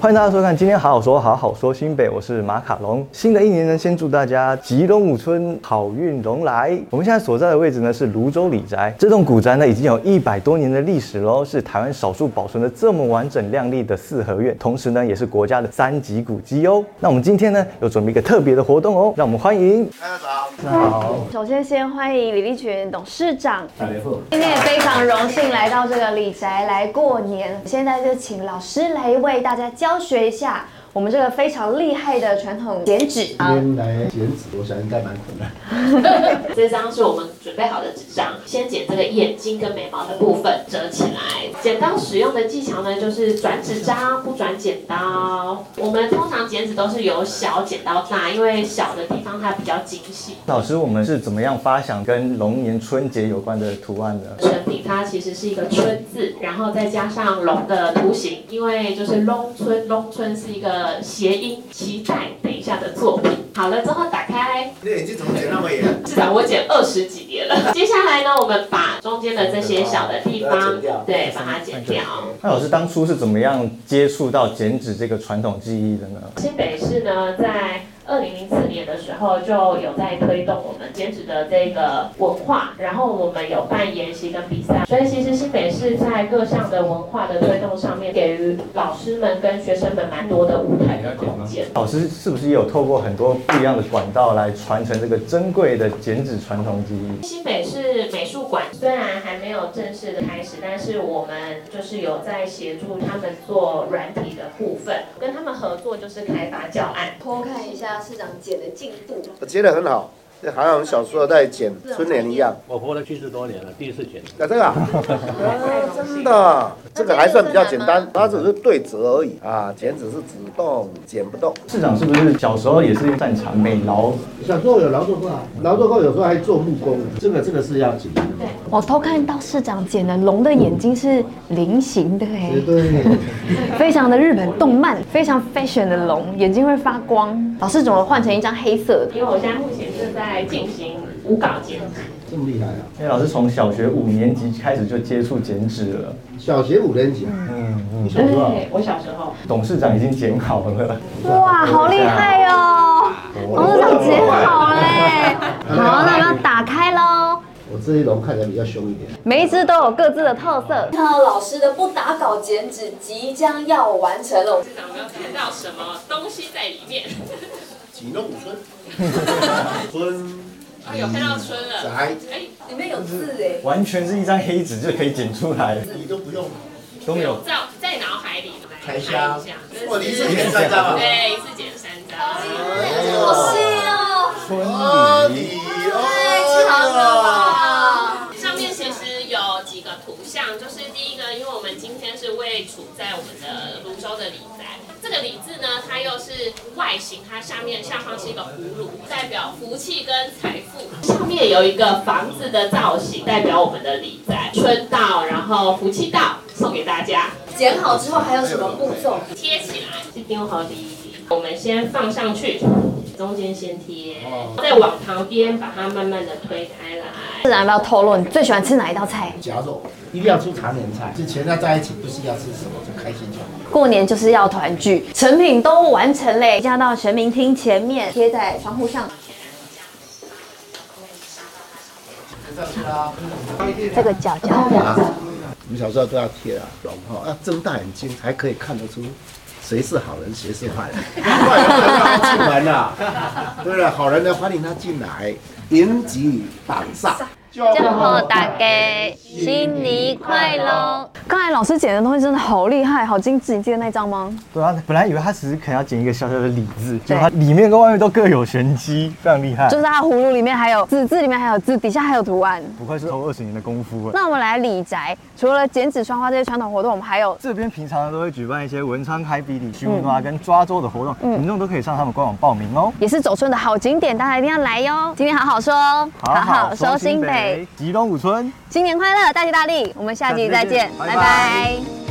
欢迎大家收看，今天好好说，好好说新北，我是马卡龙。新的一年呢，先祝大家吉龙五春好运龙来。我们现在所在的位置呢是泸州李宅，这栋古宅呢已经有一百多年的历史喽，是台湾少数保存的这么完整亮丽的四合院，同时呢也是国家的三级古迹哦。那我们今天呢有准备一个特别的活动哦，让我们欢迎大家早，首先，先欢迎李立群董事长。大家好，今天也非常荣幸来到这个李宅来过年。现在就请老师来为大家教学一下我们这个非常厉害的传统剪纸今啊。天来剪纸，我想应该蛮困难。这张是我们准备好的纸张，先剪这个眼睛跟眉毛的部分，折起来。剪刀使用的技巧呢，就是转纸张，不转剪刀。我们通常剪纸都是由小剪到大，因为小的地方它比较精细。老师，我们是怎么样发想跟龙年春节有关的图案的？成品它其实是一个春字，然后再加上龙的图形，因为就是龙春，龙春是一个谐音，期待等一下的作品。好了之后打开，你的眼睛怎么剪那么严？至少我剪二十几年了。接下来呢，我们把中间的这些小的地把它方剪掉，对，把它剪掉。那老师当初是怎么样接触到剪纸这个传统技艺的呢？新北市呢，在二零零四年的时候就有在推动我们剪纸的这个文化，然后我们有办研习跟比赛，所以其实新北市在各项的文化的推动上面，给予老师们跟学生们蛮多的舞台跟空间。老师是不是也有透过很多不一样的管道来传承这个珍贵的剪纸传统技艺？新北市美术馆虽然还没有正式的开始，但是我们就是有在协助他们做软体的部分，跟他们合作就是开发教案。偷看一下市长剪的进度。我剪得很好，这好像我们小时候在剪春联一样。我活了七十多年了，第一次剪。那这个、啊，啊真的啊，这个还算比较简单，它只是对折而已啊，剪纸是只动剪不动。市长是不是小时候也是擅长美劳？小时候有劳作课啊，劳作课有时候还做木工，啊这个这个是要紧的。我偷看到市长剪的龙的眼睛是菱形的哎绝，对，非常的日本动漫，非常 fashion 的龙，眼睛会发光。老师怎么换成一张黑色的？因为我现在目前是在进行舞稿剪辑，这么厉害啊！因为老师从小学五年级开始就接触剪纸了。小学五年级啊，嗯嗯，你小时候啊对我小时候。董事长已经剪好了。 哇，好厉害哦！董事长剪好嘞。好，啊那我要打开喽。我这一笼看起来比较凶一点。每一只都有各自的特色。看到老师的不打稿剪纸即将要完成了，市长有没有看到什么东西在里面？几弄五 春，春啊，有看到春了。宅哎，里面有字哎。完全是一张黑纸就可以剪出来，你都不用嗯都没有。在在脑海里来开箱看一下。哇，你是剪三张啊？对，一次剪三张。好细哦，春哦，雨你太强了吧！上面其实有几个图像，就是第一个，因为我们今天是位处在我们的泸州的李宅，这个李字呢，它又是外形，它下面下方是一个葫芦，代表福气跟财富。上面有一个房子的造型，代表我们的李宅，春到，然后福气到，送给大家，剪好之后还有什么步骤？贴起来，是丢好的。我们先放上去，中间先贴，再往旁边把它慢慢的推开来。自然要不要透露你最喜欢吃哪一道菜？ 夹肉一定要出常年菜，就全家在一起，不是要吃什么就开心就好。过年就是要团聚，成品都完成嘞，加到神明厅前面，贴在窗户上。这个角角，我们小时候都要贴啊，笼哈，要睁大眼睛才可以看得出谁是好人，谁是坏人。坏人不让他进门啊，对不对？好人呢，欢迎他进来，迎击挡煞。祝贺大家新年快乐！刚才老师剪的东西真的好厉害，好精致，你记得那张吗？对啊，本来以为他只是可能要剪一个小小的李字，结果它里面跟外面都各有玄机，非常厉害。就是它葫芦里面还有字，字里面还有字，底下还有图案。不愧是头二十年的功夫啊。那我们来李宅，除了剪纸、穿花这些传统活动，我们还有这边平常都会举办一些文昌开比礼、寻啊跟抓周的活动，民众都可以上他们官网报名哦。也是走春的好景点，大家一定要来哟！今天好好说，哦北，吉东五村。新年快乐，大吉大利！我们下集下再见，集再见拜拜拜拜